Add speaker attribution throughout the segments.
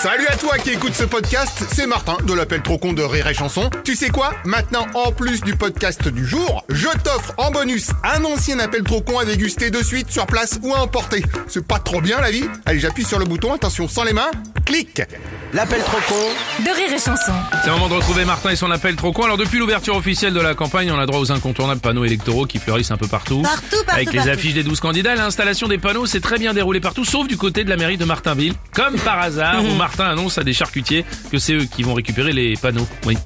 Speaker 1: Salut à toi qui écoute ce podcast, c'est Martin de l'appel trop con de Rire et Chanson. Tu sais quoi Maintenant, en plus du podcast du jour, je t'offre en bonus un ancien appel trop con à déguster de suite sur place ou à emporter. C'est pas trop bien la vie Allez, j'appuie sur le bouton, attention, sans les mains, clique
Speaker 2: L'appel trop con
Speaker 3: de rire et chanson.
Speaker 4: C'est le moment de retrouver Martin et son appel trop con. Alors depuis l'ouverture officielle de la campagne, on a droit aux incontournables panneaux électoraux qui fleurissent un peu partout.
Speaker 5: Partout, partout,
Speaker 4: Avec les
Speaker 5: partout.
Speaker 4: affiches des 12 candidats, l'installation des panneaux s'est très bien déroulée partout, sauf du côté de la mairie de Martinville. Comme par hasard, où Martin annonce à des charcutiers que c'est eux qui vont récupérer les panneaux. Oui.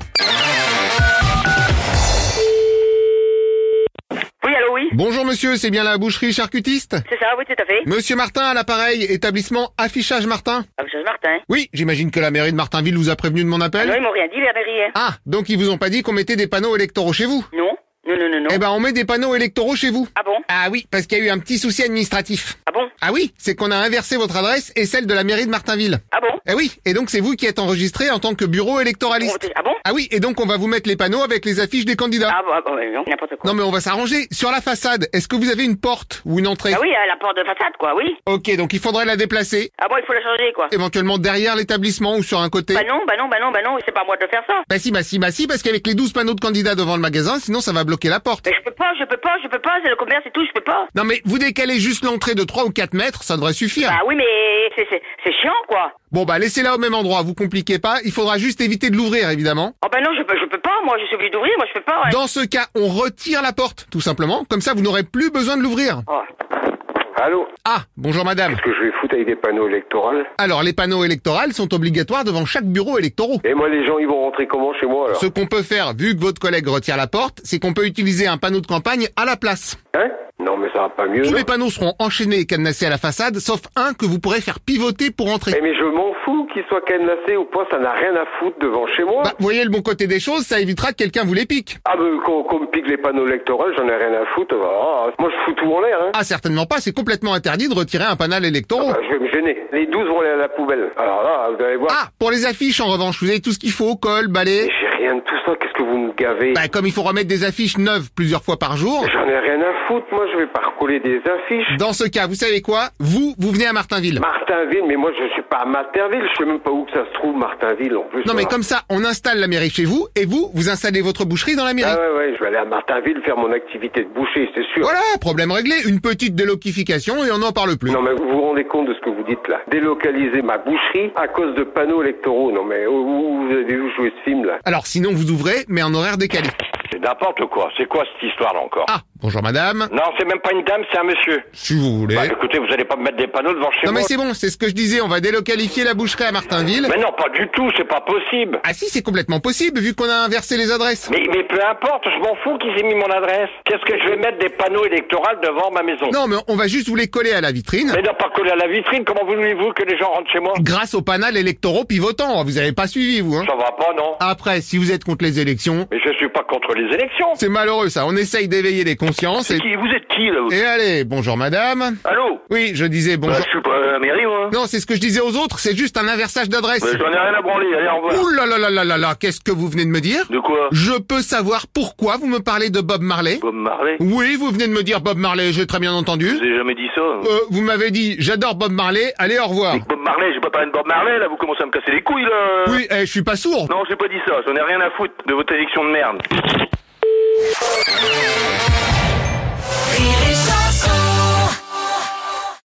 Speaker 6: Oui, allô, oui.
Speaker 1: Bonjour monsieur, c'est bien la boucherie charcutiste
Speaker 6: C'est ça, oui, tout à fait.
Speaker 1: Monsieur Martin à l'appareil, établissement affichage Martin
Speaker 6: Ah, monsieur Martin.
Speaker 1: Oui, j'imagine que la mairie de Martinville vous a prévenu de mon
Speaker 6: Ah non,
Speaker 1: appel
Speaker 6: ils m'ont rien dit, la mairie. hein.
Speaker 1: Ah, donc ils vous ont pas dit qu'on mettait des panneaux électoraux chez vous
Speaker 6: Non, non, non, non, non.
Speaker 1: Eh ben on met des panneaux électoraux chez vous
Speaker 6: Ah bon
Speaker 1: Ah oui, parce qu'il y a eu un petit souci administratif.
Speaker 6: Ah bon
Speaker 1: Ah oui, c'est qu'on a inversé votre adresse et celle de la mairie de Martinville.
Speaker 6: Ah bon
Speaker 1: Eh oui, et donc c'est vous qui êtes enregistré en tant que bureau électoraliste.
Speaker 6: Ah bon
Speaker 1: Ah oui, et donc on va vous mettre les panneaux avec les affiches des candidats.
Speaker 6: Ah bon, ah bon, mais non, n'importe quoi.
Speaker 1: Non mais on va s'arranger. Sur la façade, est-ce que vous avez une porte ou une entrée
Speaker 6: Ah oui, à la porte de façade, quoi, oui.
Speaker 1: Ok, donc il faudrait la déplacer,
Speaker 6: Ah bon, il faut la changer, quoi.
Speaker 1: éventuellement derrière l'établissement ou sur un côté.
Speaker 6: Bah non, bah non, bah non, bah non, c'est pas à moi de faire ça.
Speaker 1: Bah si, bah si, bah si, parce qu'avec les 12 panneaux de candidats devant le magasin, sinon ça va bloquer la porte.
Speaker 6: Mais je peux pas, je peux pas, je peux pas, c'est le commerce et tout, je peux pas.
Speaker 1: Non mais vous décalez juste l'entrée de 3 ou 4 mètres, ça devrait suffire.
Speaker 6: Bah oui, mais c'est, c'est, c'est chiant, quoi.
Speaker 1: Bon bah laissez-la au même endroit, vous compliquez pas, il faudra juste éviter de l'ouvrir évidemment.
Speaker 6: Oh bah non, je peux, je peux pas, moi, je suis obligé d'ouvrir, moi, je peux pas. ouais.
Speaker 1: Dans ce cas, on retire la porte, tout simplement, comme ça vous n'aurez plus besoin de l'ouvrir.
Speaker 6: Oh.
Speaker 7: Ah. Allô
Speaker 1: Ah, bonjour madame.
Speaker 7: Qu'est-ce que je vais foutre avec des panneaux électoraux
Speaker 1: Alors les panneaux électoraux sont obligatoires devant chaque bureau électoraux.
Speaker 7: Et moi, les gens, ils vont rentrer comment chez moi, alors
Speaker 1: Ce qu'on peut faire, vu que votre collègue retire la porte, c'est qu'on peut utiliser un panneau de campagne à la place.
Speaker 7: Hein Non, mais ça va pas mieux.
Speaker 1: Tous
Speaker 7: non
Speaker 1: les panneaux seront enchaînés et cadenassés à la façade, sauf un que vous pourrez faire pivoter pour
Speaker 7: Eh,
Speaker 1: entrer.
Speaker 7: mais je m'en fous qu'ils soient cadenassés ou pas, ça n'a rien à foutre devant chez moi.
Speaker 1: Bah, voyez le bon côté des choses, ça évitera que quelqu'un vous les pique.
Speaker 7: Ah, ben, qu'on qu'on me pique les panneaux électoraux, j'en ai rien à foutre. Ah, moi, je fous tout en l'air, hein.
Speaker 1: Ah, certainement pas, c'est complètement interdit de retirer un panel électoral.
Speaker 7: Ah, je vais me gêner. Les 12 vont aller à la poubelle. Alors là, vous allez voir.
Speaker 1: Ah, pour les affiches en revanche, vous avez tout ce qu'il faut, colle,
Speaker 7: Mais
Speaker 1: balai.
Speaker 7: J'ai rien de tout ça, qu'est-ce que vous me gavez
Speaker 1: Bah, comme il faut remettre des affiches neuves plusieurs fois par jour.
Speaker 7: J'en ai rien à foutre, moi, je vais pas recoller des affiches.
Speaker 1: Dans ce cas, vous savez quoi Vous, vous venez à Martinville.
Speaker 7: Martinville, mais moi, je suis pas à Martinville, je sais même pas où que ça se trouve, Martinville, en plus.
Speaker 1: Non mais
Speaker 7: voilà.
Speaker 1: comme ça, on installe la mairie chez vous et vous, vous installez votre boucherie dans la mairie.
Speaker 7: Ah ouais, ouais, je vais aller à Martinville faire mon activité de boucher, c'est sûr.
Speaker 1: Voilà, problème réglé, une petite déloquification et on n'en parle plus.
Speaker 7: Non mais vous vous rendez compte de ce que vous dites là Délocaliser ma boucherie à cause de panneaux électoraux. Non mais où, où vous avez vu jouer ce film là
Speaker 1: Alors sinon vous ouvrez, mais en horaire décalé.
Speaker 8: C'est n'importe quoi. C'est quoi cette histoire là encore
Speaker 1: Ah, bonjour madame,
Speaker 8: Non, c'est même pas une dame, c'est un monsieur.
Speaker 1: si vous voulez.
Speaker 7: Ah
Speaker 8: Bah, écoutez, vous allez pas me mettre des panneaux devant chez
Speaker 1: Non mais
Speaker 8: moi.
Speaker 1: c'est bon, c'est ce que je disais, on va délocalifier la boucherie à Martinville.
Speaker 8: Mais non, pas du tout, c'est pas possible.
Speaker 1: Ah si, c'est complètement possible vu qu'on a inversé les adresses.
Speaker 8: Mais, mais peu importe, je m'en fous qu'ils aient mis mon adresse. Qu'est-ce que je vais mettre des panneaux électoraux devant ma maison
Speaker 1: Non mais on va juste vous les coller à la vitrine
Speaker 8: Mais non, pas coller à la vitrine, comment voulez-vous que les gens rentrent chez moi
Speaker 7: Ah.
Speaker 1: grâce aux panels électoraux pivotants. Vous avez pas suivi vous hein.
Speaker 8: Ça va pas,
Speaker 7: Ah.
Speaker 8: non
Speaker 1: Après, si vous êtes contre les élections,
Speaker 8: Mais je suis pas contre les élections.
Speaker 1: c'est malheureux ça. On essaye d'éveiller les consciences et...
Speaker 8: Qui, vous êtes qui là vous
Speaker 1: Et allez, bonjour madame.
Speaker 8: Allô
Speaker 1: Oui, je disais
Speaker 8: Bah,
Speaker 1: bonjour.
Speaker 8: Je suis pas à la mairie, moi.
Speaker 1: Non, c'est ce que je disais aux autres, c'est juste un inversage d'adresse.
Speaker 8: Bah, J'en ai rien à branler, allez, au revoir.
Speaker 1: Ouh là là là là là là, qu'est-ce que vous venez de me dire
Speaker 8: De quoi
Speaker 1: Je peux savoir pourquoi vous me parlez de Bob Marley
Speaker 8: Bob Marley
Speaker 1: Oui, vous venez de me dire Bob Marley, j'ai très bien
Speaker 8: Vous
Speaker 1: entendu.
Speaker 8: avez jamais dit ça hein.
Speaker 1: Euh, vous m'avez dit, j'adore Bob Marley, allez au revoir.
Speaker 8: Avec Bob Marley, j'ai pas parlé de Bob Marley, là, vous commencez à me casser les couilles, là
Speaker 1: Oui, eh, je suis pas sourd.
Speaker 8: Non, j'ai pas dit ça, j'en ai rien à foutre de votre élection de merde.